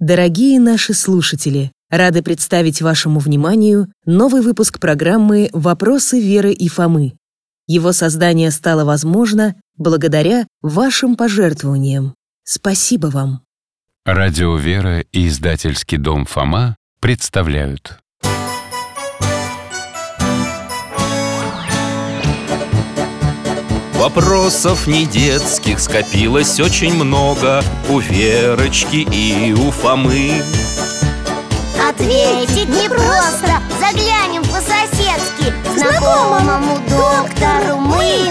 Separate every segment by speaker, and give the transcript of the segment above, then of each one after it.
Speaker 1: Дорогие наши слушатели, рады представить вашему вниманию новый выпуск программы «Вопросы Веры и Фомы». Его создание стало возможно благодаря вашим пожертвованиям. Спасибо вам!
Speaker 2: Радио «Вера» и издательский дом «Фома» представляют.
Speaker 3: Вопросов не детских скопилось очень много У Верочки и у Фомы
Speaker 4: Ответить непросто Заглянем по-соседски Знакомому доктору мы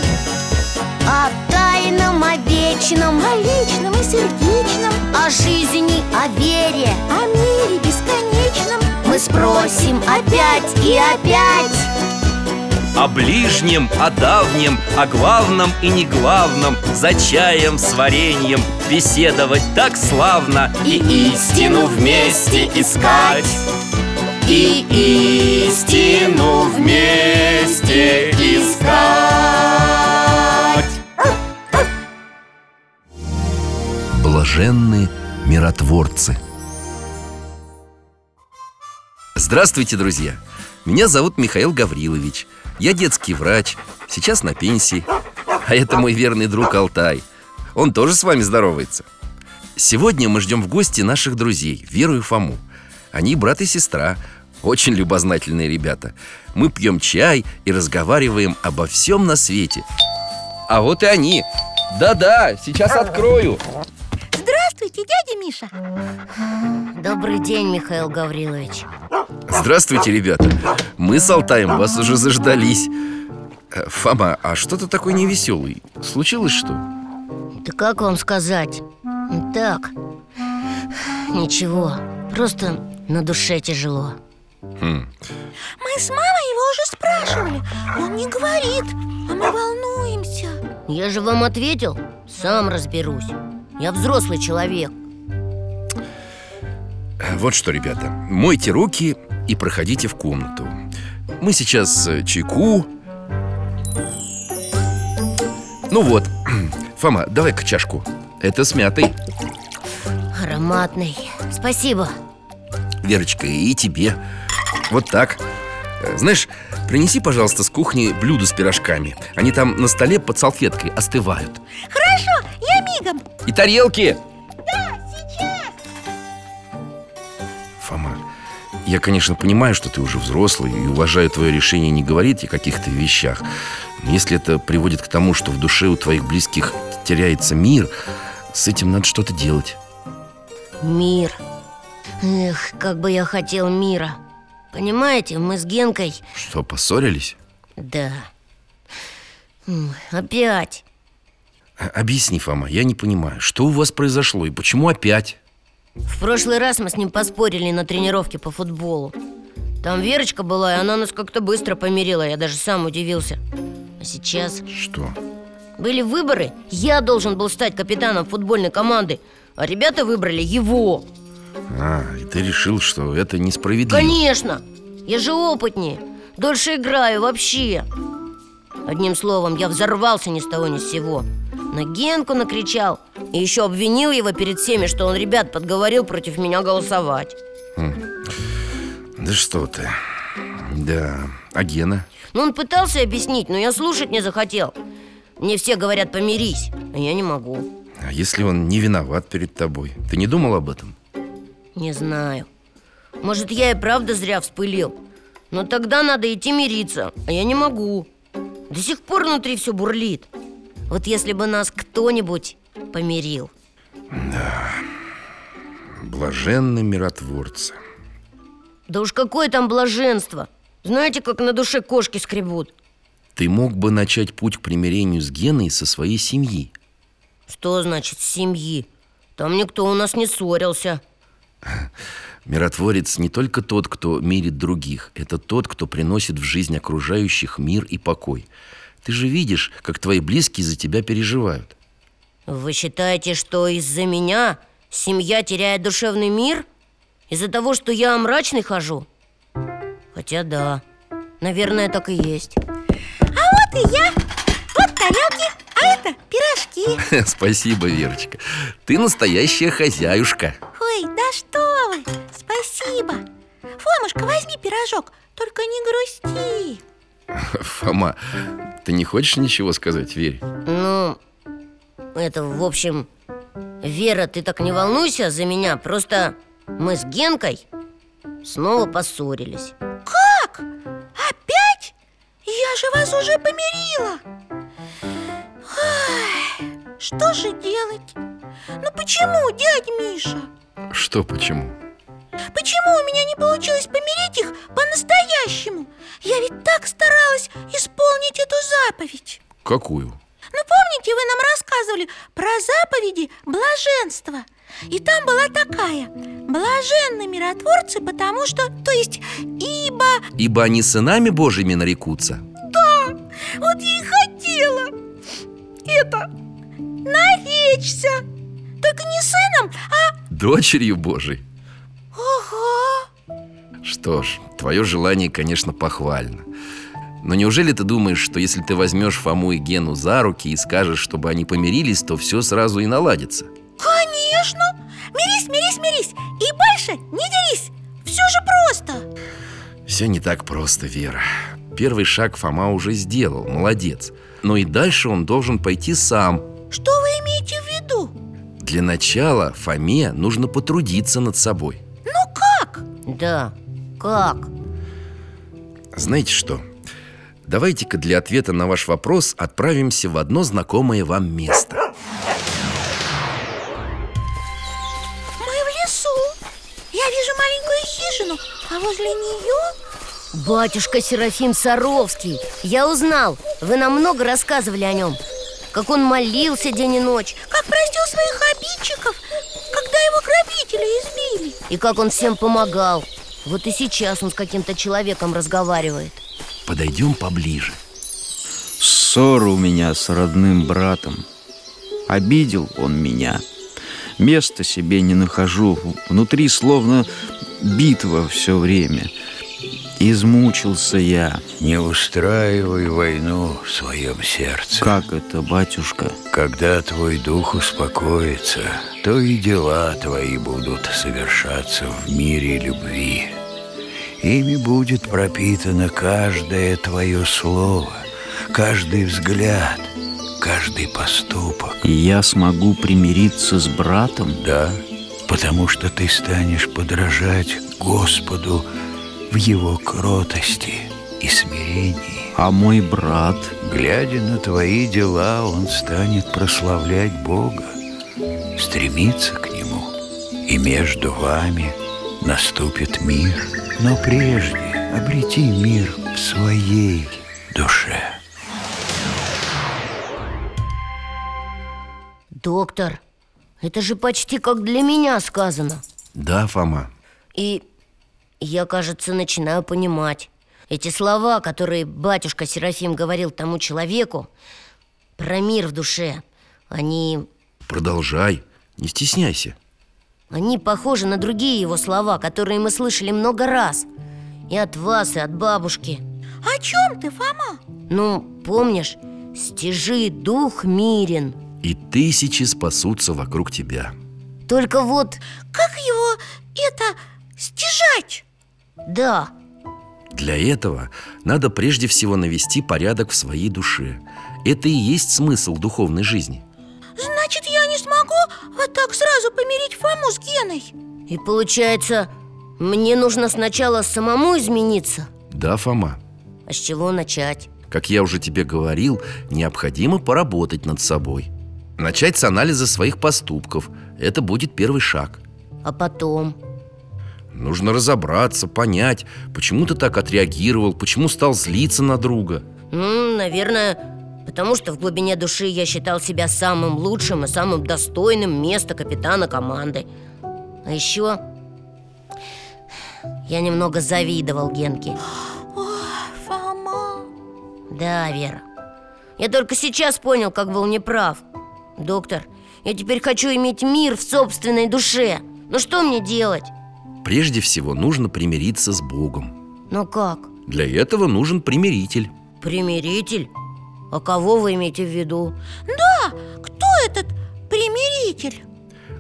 Speaker 4: О тайном, о вечном
Speaker 5: О личном и сердечном,
Speaker 4: О жизни, о вере
Speaker 5: о мире бесконечном
Speaker 4: Мы спросим опять и опять
Speaker 3: О ближнем, о давнем, о главном и не главном За чаем с вареньем беседовать так славно
Speaker 4: И истину вместе искать.
Speaker 3: И истину вместе искать
Speaker 6: Блаженны миротворцы.
Speaker 3: Здравствуйте, друзья! Меня зовут Михаил Гаврилович. Я детский врач, сейчас на пенсии. А это мой верный друг Алтай. Он тоже с вами здоровается. Сегодня мы ждем в гости наших друзей, Веру и Фому. Они брат и сестра, очень любознательные ребята. Мы пьем чай и разговариваем обо всем на свете. А вот и они. Да-да, сейчас открою.
Speaker 5: Здравствуйте, дядя Миша
Speaker 4: Добрый день, Михаил Гаврилович
Speaker 3: Здравствуйте, ребята Мы с Алтаем вас уже заждались Э, Фома, а что ты такой невеселый? Случилось что?
Speaker 4: Да как вам сказать? Так, ничего, просто на душе тяжело
Speaker 3: Хм,
Speaker 5: Мы с мамой его уже спрашивали Он не говорит, а мы волнуемся
Speaker 4: Я же вам ответил, сам разберусь Я взрослый человек
Speaker 3: Вот что, ребята Мойте руки и проходите в комнату Мы сейчас э, чайку Ну вот, Фома, давай-ка чашку Это с мятой
Speaker 4: Ароматный Спасибо
Speaker 3: Верочка, и тебе Вот так Э, Знаешь, принеси, пожалуйста, с кухни блюдо с пирожками Они там на столе под салфеткой остывают
Speaker 5: Хорошо, я мигом
Speaker 3: И тарелки! Да, сейчас! Фома, я, конечно, понимаю, что ты уже взрослый И уважаю твое решение не говорить о каких-то вещах Но если это приводит к тому, что в душе у твоих близких теряется мир С этим надо что-то делать
Speaker 4: Мир Эх, как бы я хотел мира Понимаете, мы с Генкой
Speaker 3: Что, поссорились?
Speaker 4: Да М, Опять
Speaker 3: А- Объясни, Фома, я не понимаю, что у вас произошло и почему опять?
Speaker 4: В прошлый раз мы с ним поспорили на тренировке по футболу Там Верочка была, и она нас как-то быстро помирила Я даже сам удивился А сейчас
Speaker 3: Что?
Speaker 4: были выборы Я должен был стать капитаном футбольной команды А ребята выбрали его
Speaker 3: А, и ты решил, что это несправедливо
Speaker 4: Конечно! Я же опытнее Дольше играю вообще Одним словом, я взорвался ни с того ни с сего На Генку накричал И еще обвинил его перед всеми, что он ребят подговорил против меня голосовать
Speaker 3: Да что ты Да, а Гена?
Speaker 4: Ну, он пытался объяснить, но я слушать не захотел Мне все говорят, помирись, а я не могу
Speaker 3: А если он не виноват перед тобой? Ты не думал об этом?
Speaker 4: Не знаю Может, я и правда зря вспылил Но тогда надо идти мириться, а я не могу До сих пор внутри все бурлит Вот если бы нас кто-нибудь помирил
Speaker 3: Блаженны миротворцы
Speaker 4: Да уж какое там блаженство Знаете, как на душе кошки скребут
Speaker 3: Ты мог бы начать путь к примирению с Геной со своей семьи
Speaker 4: Что значит семьи? Там никто у нас не ссорился
Speaker 3: Миротворец не только тот, кто мирит других Это тот, кто приносит в жизнь окружающих мир и покой Ты же видишь, как твои близкие за тебя переживают
Speaker 4: Вы считаете, что из-за меня семья теряет душевный мир? Из-за того, что я мрачный хожу? Хотя да, наверное, так и есть
Speaker 5: А вот и я Вот тарелки, а это пирожки
Speaker 3: Спасибо, Верочка Ты настоящая хозяюшка
Speaker 5: Ой, да, Да что вы, спасибо Фомушка, возьми пирожок, только не грусти
Speaker 3: Фома, ты не хочешь ничего сказать, Вере?
Speaker 4: Ну, это, в общем, Вера, ты так не волнуйся за меня Просто мы с Генкой снова поссорились
Speaker 5: Как? Опять? Я же вас уже помирила Ай, Что же делать? Ну почему, дядь Миша?
Speaker 3: Что, почему?
Speaker 5: Почему у меня не получилось помирить их по-настоящему? Я ведь так старалась исполнить эту заповедь
Speaker 3: Какую?
Speaker 5: Ну помните, вы нам рассказывали про заповеди блаженства И там была такая Блаженны миротворцы, потому что, то есть, ибо
Speaker 3: Ибо они сынами Божьими нарекутся
Speaker 5: Вот я и хотела Это, наречься Только не сыном, а...
Speaker 3: Дочерью Божией
Speaker 5: Ого,
Speaker 3: Что ж, твое желание, конечно, похвально Но неужели ты думаешь, что если ты возьмешь Фому и Гену за руки И скажешь, чтобы они помирились, то все сразу и наладится?
Speaker 5: конечно Мирись, мирись, мирись И больше не дерись Все же просто
Speaker 3: Все не так просто, Вера Первый шаг Фома уже сделал, молодец Но и дальше он должен пойти сам
Speaker 5: Что вы имеете в виду?
Speaker 3: Для начала Фоме нужно потрудиться над собой
Speaker 5: Ну как?
Speaker 4: Да, как?
Speaker 3: Знаете что? Давайте-ка для ответа на ваш вопрос отправимся в одно знакомое вам место
Speaker 5: Мы в лесу Я вижу маленькую хижину А возле нее...
Speaker 4: Батюшка Серафим Саровский Я узнал, вы нам много рассказывали о нем Как он молился день и ночь
Speaker 5: Как простил своих обидчиков Когда его грабители избили
Speaker 4: И как он всем помогал Вот и сейчас он с каким-то человеком разговаривает
Speaker 3: Подойдем поближе
Speaker 7: Ссора у меня с родным братом. Обидел он меня. Места себе не нахожу. Внутри словно битва все время. Измучился я.
Speaker 8: Не устраивай войну в своем сердце.
Speaker 7: Как это, батюшка?
Speaker 8: Когда твой дух успокоится, то и дела твои будут совершаться в мире любви. Ими будет пропитано каждое твое слово, каждый взгляд, каждый поступок.
Speaker 7: И я смогу примириться с братом?
Speaker 8: Да, потому что ты станешь подражать Господу в его кротости и смирении.
Speaker 7: А мой брат?
Speaker 8: Глядя на твои дела, он станет прославлять Бога, стремиться к Нему, и между вами наступит мир. Но прежде обрети мир в своей душе.
Speaker 4: Доктор, это же почти как для меня сказано
Speaker 3: Да, Фома,
Speaker 4: И я, кажется, начинаю понимать Эти слова, которые батюшка Серафим говорил тому человеку Про мир в душе Они,
Speaker 3: продолжай, не стесняйся
Speaker 4: они похожи на другие его слова, которые мы слышали много раз И от вас, и от бабушки
Speaker 5: О чем ты, Фома?
Speaker 4: Ну, помнишь, стяжи дух мирен
Speaker 3: И тысячи спасутся вокруг тебя
Speaker 4: Только вот,
Speaker 5: Как его это стяжать?
Speaker 4: да,
Speaker 3: Для этого надо прежде всего навести порядок в своей душе Это и есть смысл духовной жизни
Speaker 5: Значит, я не смогу вот так сразу помирить Фому с Геной
Speaker 4: и получается, мне нужно сначала самому измениться
Speaker 3: Да, Фома,
Speaker 4: А с чего начать?
Speaker 3: как я уже тебе говорил, необходимо поработать над собой Начать с анализа своих поступков Это будет первый шаг
Speaker 4: А потом?
Speaker 3: Нужно разобраться, понять, почему ты так отреагировал, почему стал злиться на друга.
Speaker 4: Ну, наверное, потому что в глубине души я считал себя самым лучшим и самым достойным места капитана команды. А еще я немного завидовал Генке.
Speaker 5: Фома
Speaker 4: Да, Вера. Я только сейчас понял, как был неправ. Доктор, я теперь хочу иметь мир в собственной душе. Ну что мне делать?
Speaker 3: Прежде всего нужно примириться с Богом.
Speaker 4: Ну как?
Speaker 3: Для этого нужен примиритель.
Speaker 4: Примиритель? А кого вы имеете в виду?
Speaker 5: Да, кто этот примиритель?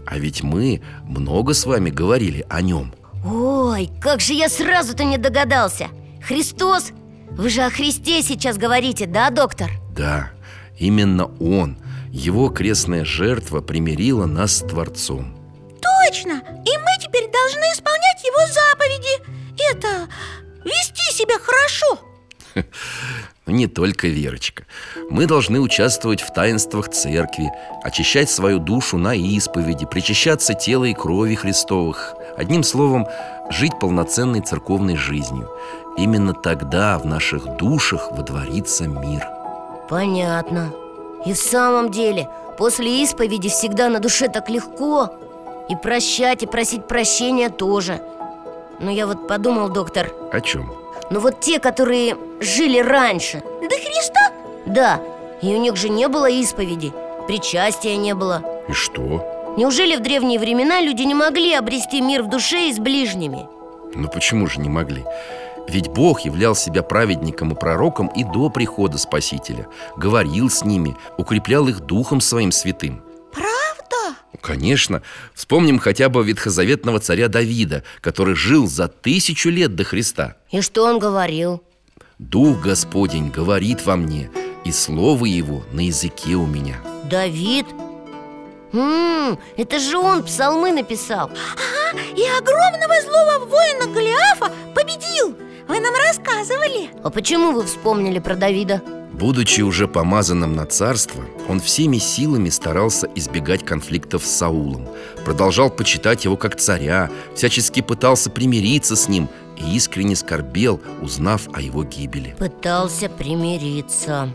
Speaker 3: А ведь мы много с вами говорили о нем.
Speaker 4: Ой, как же я сразу-то не догадался Христос? Вы же о Христе сейчас говорите, да, доктор?
Speaker 3: Да, именно он, его крестная жертва примирила нас с Творцом.
Speaker 5: Точно! И мы теперь должны исполнять его заповеди Это... вести себя хорошо
Speaker 3: Не только Верочка. Мы должны участвовать в таинствах церкви, очищать свою душу на исповеди, причащаться тела и крови Христовых. Одним словом, жить полноценной церковной жизнью. Именно тогда в наших душах водворится мир.
Speaker 4: Понятно И в самом деле, после исповеди всегда на душе так легко И прощать, и просить прощения тоже Но я вот подумал, доктор
Speaker 3: О чем?
Speaker 4: Ну вот те, которые жили раньше
Speaker 5: До Христа?
Speaker 4: Да, и у них же не было исповеди Причастия не было
Speaker 3: И что?
Speaker 4: Неужели в древние времена люди не могли обрести мир в душе и с ближними?
Speaker 3: Ну почему же не могли? Ведь Бог являл себя праведником и пророком и до прихода Спасителя. Говорил с ними, укреплял их духом своим святым.
Speaker 5: Правда?
Speaker 3: Конечно, вспомним хотя бы ветхозаветного царя Давида, который жил за тысячу лет до Христа.
Speaker 4: И что он говорил?
Speaker 3: Дух Господень говорит во мне, и слово его на языке у меня.
Speaker 4: Давид? М, это же он псалмы написал
Speaker 5: Ага, и огромного злого воина Голиафа победил Вы нам рассказывали
Speaker 4: А почему вы вспомнили про Давида?
Speaker 3: Будучи уже помазанным на царство, он всеми силами старался избегать конфликтов с Саулом, продолжал почитать его как царя, всячески пытался примириться с ним и искренне скорбел, узнав о его гибели.
Speaker 4: Пытался примириться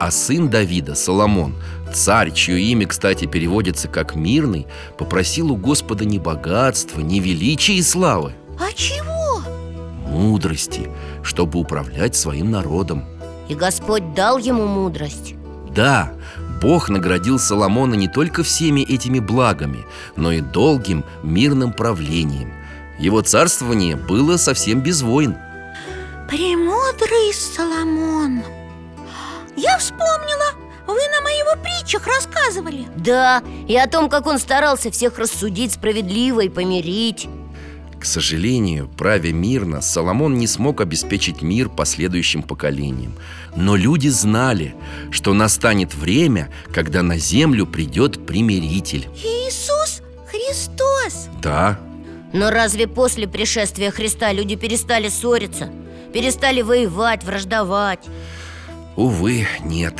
Speaker 3: А сын Давида, Соломон, царь, чье имя, кстати, переводится как «мирный», попросил у Господа не богатства, не величия и славы,
Speaker 5: А чего?
Speaker 3: мудрости, чтобы управлять своим народом.
Speaker 4: И Господь дал ему мудрость
Speaker 3: Да, Бог наградил Соломона не только всеми этими благами, но и долгим мирным правлением. Его царствование было совсем без войн.
Speaker 5: Премудрый Соломон Я вспомнила Вы нам о его притчах рассказывали
Speaker 4: Да, и о том, как он старался всех рассудить справедливо и помирить
Speaker 3: К сожалению, правя мирно, Соломон не смог обеспечить мир последующим поколениям. Но люди знали, что настанет время, когда на землю придет примиритель.
Speaker 5: Иисус Христос
Speaker 3: Да,
Speaker 4: Но разве после пришествия Христа люди перестали ссориться? Перестали воевать, враждовать?
Speaker 3: увы, нет.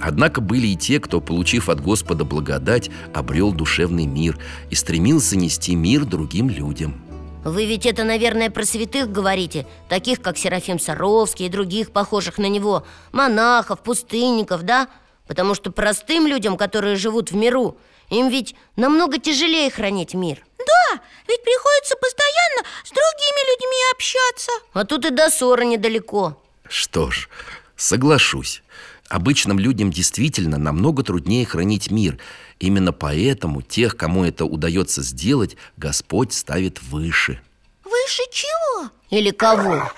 Speaker 3: Однако были и те, кто, получив от Господа благодать, обрел душевный мир и стремился нести мир другим людям.
Speaker 4: Вы ведь это, наверное, про святых говорите Таких, как Серафим Саровский и других похожих на него Монахов, пустынников, да? Потому что простым людям, которые живут в миру Им ведь намного тяжелее хранить мир
Speaker 5: Да, ведь приходится постоянно с другими людьми общаться
Speaker 4: А тут и до ссоры недалеко
Speaker 3: Что ж, соглашусь. Обычным людям действительно намного труднее хранить мир. Именно поэтому тех, кому это удается сделать, Господь ставит выше.
Speaker 5: Выше чего?
Speaker 4: Или кого?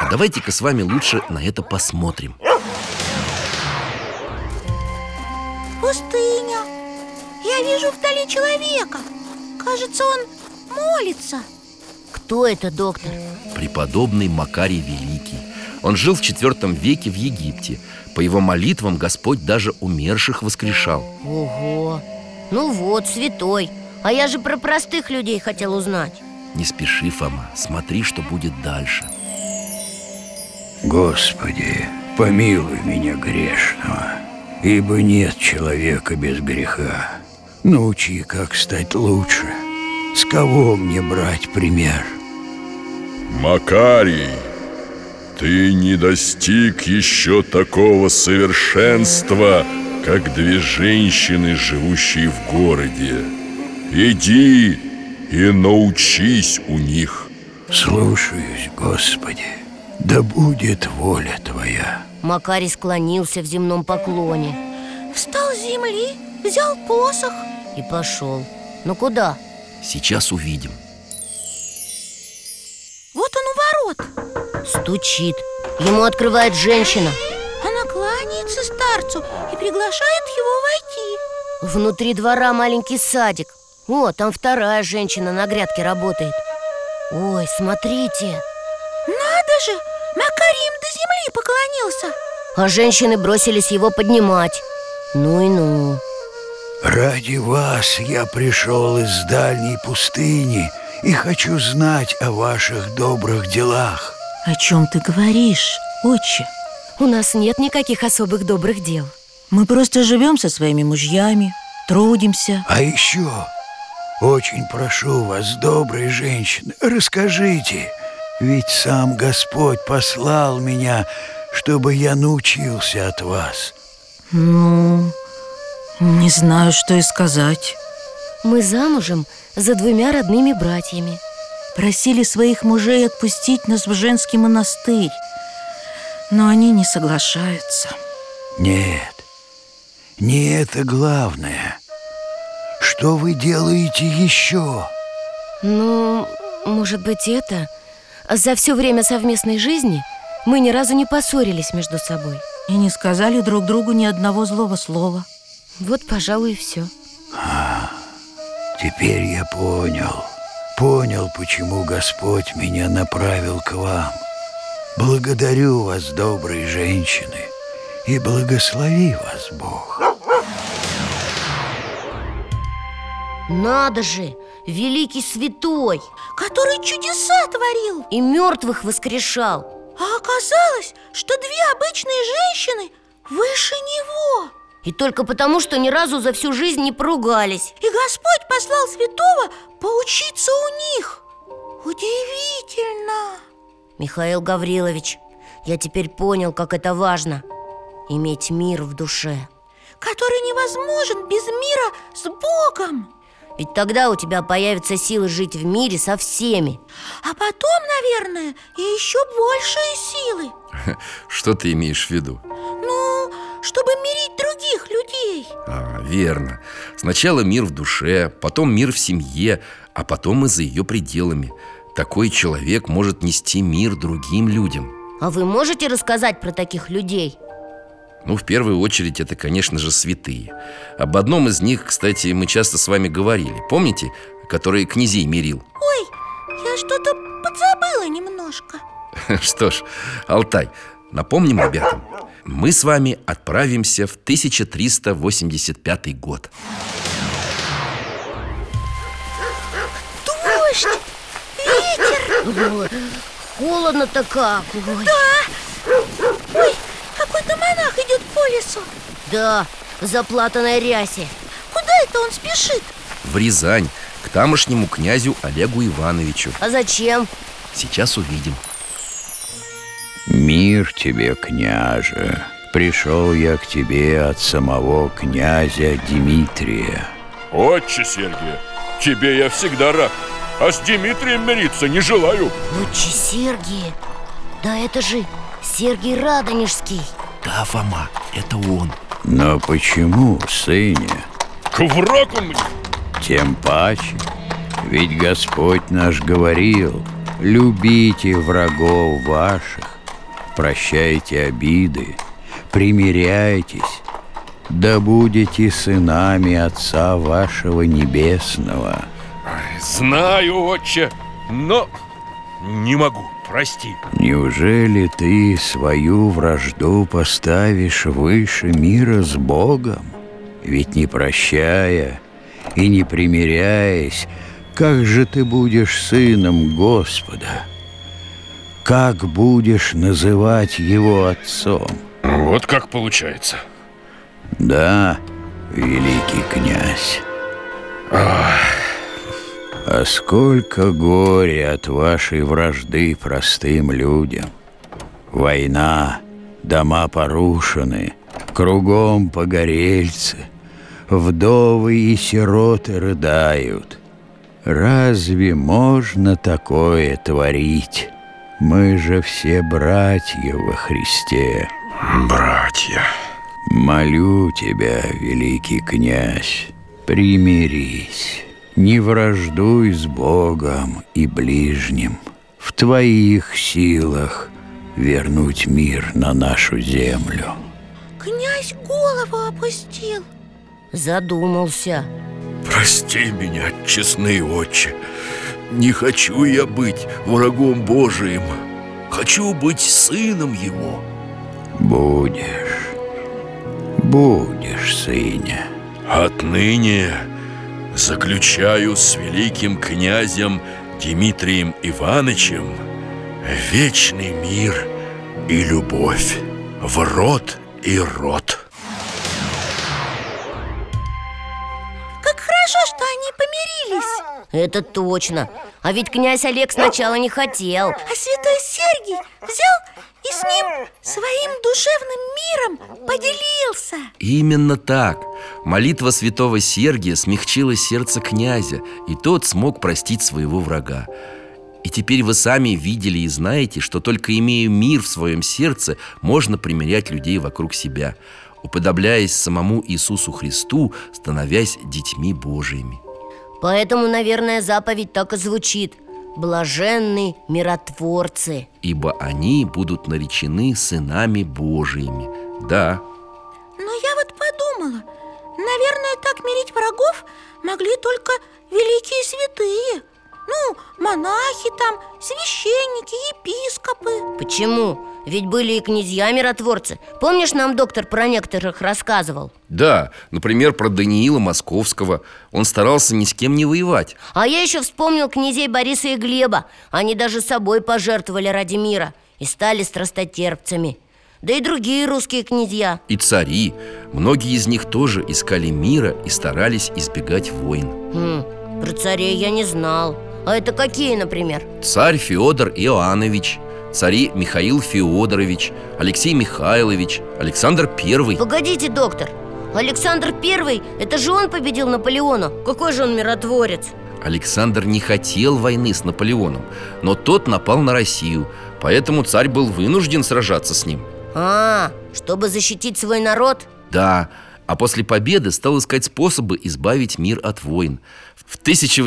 Speaker 3: А давайте-ка с вами лучше на это посмотрим.
Speaker 5: Пустыня Я вижу вдали человека Кажется, он молится
Speaker 4: Кто это, доктор?
Speaker 3: Преподобный Макарий Великий. Он жил в IV веке в Египте. По его молитвам Господь даже умерших воскрешал.
Speaker 4: Ого! Ну вот, святой А я же про простых людей хотел узнать
Speaker 3: Не спеши, Фома, смотри, что будет дальше.
Speaker 8: Господи, помилуй меня грешного, ибо нет человека без греха. Научи, как стать лучше. С кого мне брать пример?
Speaker 9: Макарий, ты не достиг еще такого совершенства, как две женщины, живущие в городе. Иди и научись у них.
Speaker 8: Слушаюсь, Господи, да будет воля Твоя.
Speaker 4: Макарий склонился в земном поклоне
Speaker 5: Встал с земли, взял посох
Speaker 4: и пошел Но куда?
Speaker 3: Сейчас увидим.
Speaker 5: Вот он у ворот
Speaker 4: Стучит Ему открывает женщина
Speaker 5: Она кланяется старцу и приглашает его войти
Speaker 4: Внутри двора маленький садик О, там вторая женщина на грядке работает Ой, смотрите
Speaker 5: Надо же, Макарим до земли поклонился
Speaker 4: А женщины бросились его поднимать Ну и ну
Speaker 8: Ради вас я пришел из дальней пустыни и хочу знать о ваших добрых делах.
Speaker 5: О чем ты говоришь, отче?
Speaker 4: У нас нет никаких особых добрых дел
Speaker 5: Мы просто живем со своими мужьями, трудимся
Speaker 8: А еще очень прошу вас, добрые женщины, расскажите, ведь сам Господь послал меня, чтобы я научился от вас.
Speaker 5: Ну, не знаю, что и сказать
Speaker 4: Мы замужем за двумя родными братьями
Speaker 5: Просили своих мужей отпустить нас в женский монастырь Но они не соглашаются
Speaker 8: Нет, не это главное. Что вы делаете еще?
Speaker 4: Ну, может быть, это За все время совместной жизни мы ни разу не поссорились между собой
Speaker 5: И не сказали друг другу ни одного злого слова
Speaker 4: Вот, пожалуй, и все
Speaker 8: Теперь я понял. Понял, почему Господь меня направил к вам. Благодарю вас, добрые женщины, и благослови вас Бог.
Speaker 4: Надо же, великий святой
Speaker 5: Который чудеса творил
Speaker 4: И мертвых воскрешал
Speaker 5: А оказалось, что две обычные женщины выше него
Speaker 4: И только потому, что ни разу за всю жизнь не поругались
Speaker 5: И Господь послал святого поучиться у них Удивительно
Speaker 4: Михаил Гаврилович, я теперь понял, как это важно Иметь мир в душе
Speaker 5: Который невозможен без мира с Богом
Speaker 4: Ведь тогда у тебя появятся силы жить в мире со всеми
Speaker 5: А потом, наверное, и еще большие силы
Speaker 3: Что ты имеешь в виду?
Speaker 5: Ну, чтобы мирить других людей
Speaker 3: А, верно. Сначала мир в душе, потом мир в семье, а потом и за ее пределами. Такой человек может нести мир другим людям.
Speaker 4: А вы можете рассказать про таких людей?
Speaker 3: Ну, в первую очередь, это, конечно же, святые. Об одном из них, кстати, мы часто с вами говорили. Помните, который князей мирил?
Speaker 5: Ой, я что-то подзабыла немножко
Speaker 3: Что ж, Алтай, напомним ребятам. Мы с вами отправимся в 1385 год.
Speaker 5: Дождь, ветер,
Speaker 4: Холодно-то как Ой,
Speaker 5: ой, какой-то монах идет по лесу
Speaker 4: Да, в заплатанной рясе
Speaker 5: Куда это он спешит?
Speaker 3: В Рязань, к тамошнему князю Олегу Ивановичу.
Speaker 4: А зачем?
Speaker 3: Сейчас увидим.
Speaker 8: Мир тебе, княже, пришел я к тебе от самого князя Дмитрия.
Speaker 9: Отче Сергия, тебе я всегда рад А с Дмитрием мириться не желаю
Speaker 4: Отче Сергий Да это же Сергий Радонежский
Speaker 3: Да, Фома, это он.
Speaker 8: Но почему, сыне,
Speaker 9: К врагу мне
Speaker 8: тем паче? Ведь Господь наш говорил, любите врагов ваших, прощайте обиды, примиряйтесь, да будете сынами Отца вашего Небесного.
Speaker 9: Знаю, отче, но не могу, прости
Speaker 8: Неужели ты свою вражду поставишь выше мира с Богом? Ведь не прощая и не примиряясь, как же ты будешь сыном Господа? Как будешь называть его отцом?
Speaker 9: Вот как получается
Speaker 8: Да, великий князь. А сколько горя от вашей вражды простым людям. Война, дома порушены, кругом погорельцы, вдовы и сироты рыдают. Разве можно такое творить? Мы же все братья во Христе.
Speaker 9: Братья
Speaker 8: Молю тебя, великий князь, примирись, не враждуй с Богом и ближним. В твоих силах вернуть мир на нашу землю.
Speaker 5: Князь голову опустил
Speaker 4: задумался
Speaker 9: Прости меня, честный отче Не хочу я быть врагом Божиим Хочу быть сыном его
Speaker 8: Будешь, будешь, сыне.
Speaker 9: Отныне заключаю с великим князем Дмитрием Ивановичем Вечный мир и любовь в рот и рот
Speaker 5: Как хорошо, что они помирились
Speaker 4: Это точно А ведь князь Олег сначала не хотел
Speaker 5: А святой Сергий взял и с ним своим душевным миром поделился
Speaker 3: Именно так. Молитва святого Сергия смягчила сердце князя, и тот смог простить своего врага. И теперь вы сами видели и знаете, что только имея мир в своем сердце, можно примирять людей вокруг себя, уподобляясь самому Иисусу Христу, становясь детьми Божьими.
Speaker 4: Поэтому, наверное, заповедь так и звучит Блаженны миротворцы
Speaker 3: Ибо они будут наречены сынами Божиими. Да,
Speaker 5: Но я вот подумала Наверное, так мирить врагов могли только великие святые Ну, монахи там, священники, епископы
Speaker 4: Почему? Ведь были и князья миротворцы Помнишь, нам доктор про некоторых рассказывал?
Speaker 3: да, например, про Даниила Московского. Он старался ни с кем не воевать.
Speaker 4: А я еще вспомнил князей Бориса и Глеба Они даже собой пожертвовали ради мира И стали страстотерпцами Да и другие русские князья
Speaker 3: и цари. Многие из них тоже искали мира и старались избегать войн.
Speaker 4: Хм, Про царей я не знал А это какие, например?
Speaker 3: Царь Феодор Иоаннович, цари Михаил Феодорович, Алексей Михайлович, Александр I.
Speaker 4: Погодите, доктор Александр Первый, это же он победил Наполеона Какой же он миротворец?
Speaker 3: Александр не хотел войны с Наполеоном, но тот напал на Россию, поэтому царь был вынужден сражаться с ним.
Speaker 4: А, чтобы защитить свой народ?
Speaker 3: Да, а после победы стал искать способы избавить мир от войн. В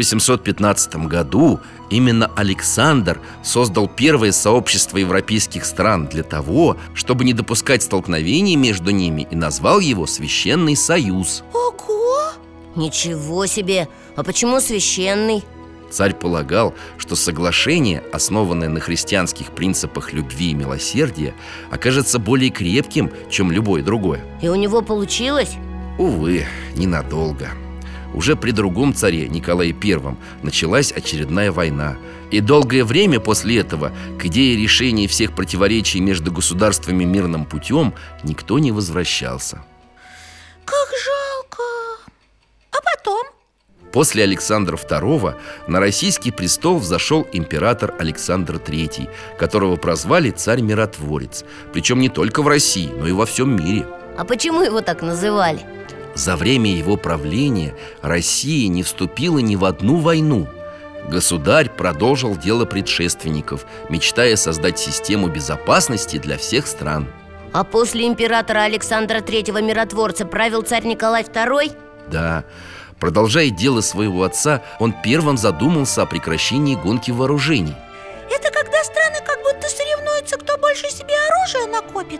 Speaker 3: 1815 году именно Александр создал первое сообщество европейских стран для того, чтобы не допускать столкновений между ними и назвал его Священный Союз.
Speaker 5: Ого!
Speaker 4: Ничего себе! А почему священный?
Speaker 3: Царь полагал, что соглашение, основанное на христианских принципах любви и милосердия, окажется более крепким, чем любое другое.
Speaker 4: И у него получилось?
Speaker 3: Увы, ненадолго. Уже при другом царе Николае I началась очередная война. И долгое время после этого к идее решения всех противоречий между государствами мирным путем никто не возвращался.
Speaker 5: Как жалко А потом?
Speaker 3: После Александра II на российский престол взошел император Александр III, которого прозвали царь-миротворец. Причем не только в России, но и во всем мире.
Speaker 4: А почему его так называли?
Speaker 3: За время его правления Россия не вступила ни в одну войну. Государь продолжил дело предшественников, мечтая создать систему безопасности для всех стран.
Speaker 4: А после императора Александра III миротворца правил царь Николай II?
Speaker 3: Да, продолжая дело своего отца, он первым задумался о прекращении гонки вооружений.
Speaker 5: Это когда страны как будто соревнуются, кто больше себе оружия накопит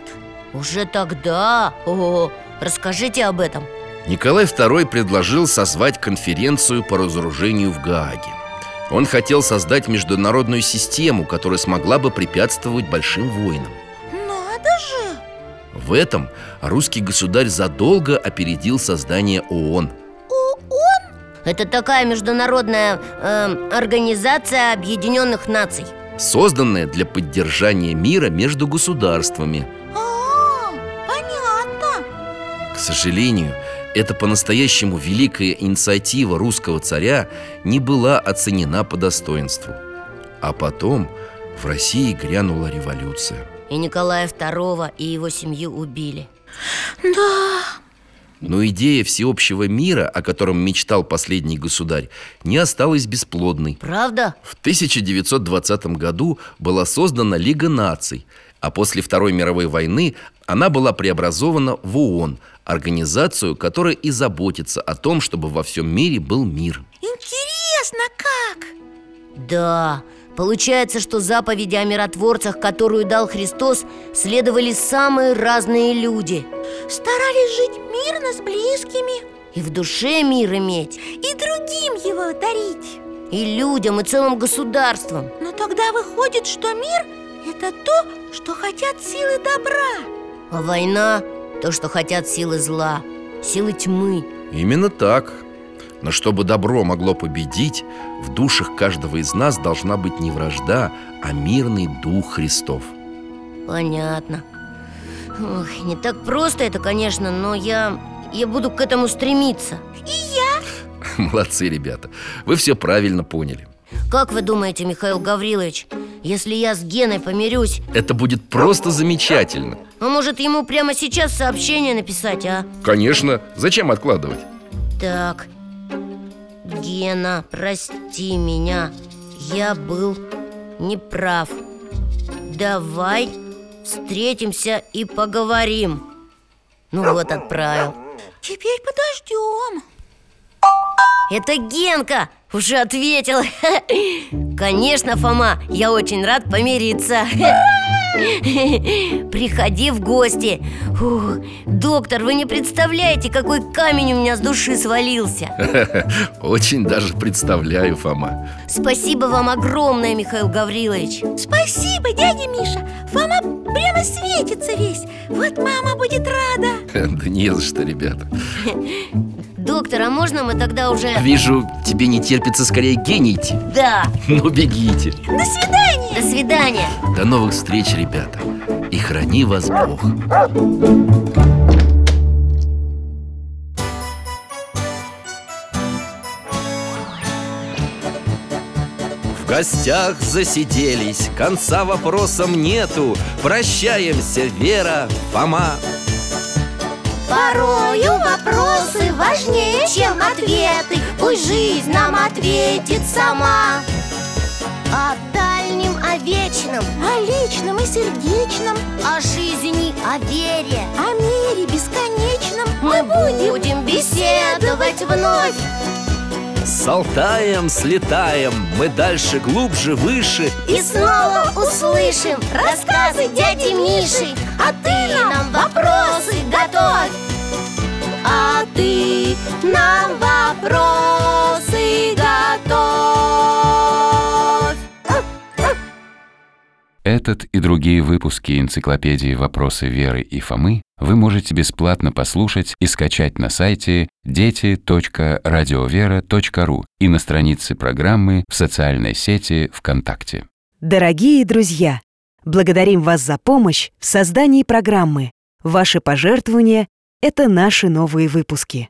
Speaker 4: Уже тогда? О, расскажите об этом
Speaker 3: Николай II предложил созвать конференцию по разоружению в Гааге. Он хотел создать международную систему, которая смогла бы препятствовать большим войнам.
Speaker 5: Надо же!
Speaker 3: В этом русский государь задолго опередил создание ООН.
Speaker 4: Это такая международная эм, организация объединенных наций
Speaker 3: созданное для поддержания мира между государствами.
Speaker 5: А, понятно
Speaker 3: К сожалению, эта по-настоящему великая инициатива русского царя не была оценена по достоинству. А потом в России грянула революция.
Speaker 4: И Николая II и его семью убили
Speaker 5: Да,
Speaker 3: Но идея всеобщего мира, о котором мечтал последний государь, не осталась бесплодной.
Speaker 4: Правда?
Speaker 3: В 1920 году была создана Лига наций, а после Второй мировой войны она была преобразована в ООН, организацию, которая и заботится о том, чтобы во всем мире был мир.
Speaker 5: интересно как
Speaker 4: Да, получается, что заповеди о миротворцах, которую дал Христос, следовали самые разные люди
Speaker 5: Старались жить мирно с близкими
Speaker 4: и в душе мир иметь,
Speaker 5: и другим его дарить
Speaker 4: и людям, и целым государствам.
Speaker 5: Но тогда выходит, что мир – это то, что хотят силы добра
Speaker 4: А война – то, что хотят силы зла, силы тьмы.
Speaker 3: Именно так. Но чтобы добро могло победить, в душах каждого из нас должна быть не вражда, а мирный дух Христов.
Speaker 4: Понятно. Ох, не так просто это, конечно, но я, я буду к этому стремиться.
Speaker 3: Молодцы, ребята. Вы все правильно поняли.
Speaker 4: Как вы думаете, Михаил Гаврилович, если я с Геной помирюсь,
Speaker 3: Это будет просто замечательно.
Speaker 4: а может ему прямо сейчас сообщение написать, а?
Speaker 3: Конечно, зачем откладывать?
Speaker 4: Так Гена, прости меня Я был неправ Давай встретимся и поговорим Ну вот отправил
Speaker 5: Теперь подождем
Speaker 4: Это Генка уже ответил Конечно, Фома, я очень рад помириться Приходи в гости Ух, Доктор, вы не представляете, какой камень у меня с души свалился
Speaker 3: Очень даже представляю, Фома.
Speaker 4: Спасибо вам огромное, Михаил Гаврилович
Speaker 5: Спасибо, дядя Миша Фома прямо светится весь Вот мама будет рада
Speaker 3: Да не за что, ребята.
Speaker 4: Доктор, а можно мы тогда уже...
Speaker 3: Вижу, тебе не терпится скорее генить.
Speaker 4: Да,
Speaker 3: Ну, бегите.
Speaker 5: До свидания
Speaker 4: до свидания
Speaker 3: До новых встреч, ребята. И храни вас Бог. В гостях засиделись, конца вопросам нету. Прощаемся, Вера, Фома.
Speaker 5: Порою вопросы важнее, чем ответы Пусть жизнь нам ответит сама О дальнем, о вечном О личном и сердечном
Speaker 4: О жизни, о вере
Speaker 5: О мире бесконечном
Speaker 4: Мы будем беседовать вновь
Speaker 3: С Алтаем слетаем, мы дальше, глубже, выше.
Speaker 4: И снова услышим
Speaker 5: рассказы дяди Миши.
Speaker 4: А ты нам вопросы готовь А ты нам вопросы готовь
Speaker 2: Этот и другие выпуски энциклопедии «Вопросы Веры и Фомы» вы можете бесплатно послушать и скачать на сайте дети.радиовера.ру и на странице программы в социальной сети ВКонтакте.
Speaker 1: Дорогие друзья, благодарим вас за помощь в создании программы. Ваши пожертвования – это наши новые выпуски.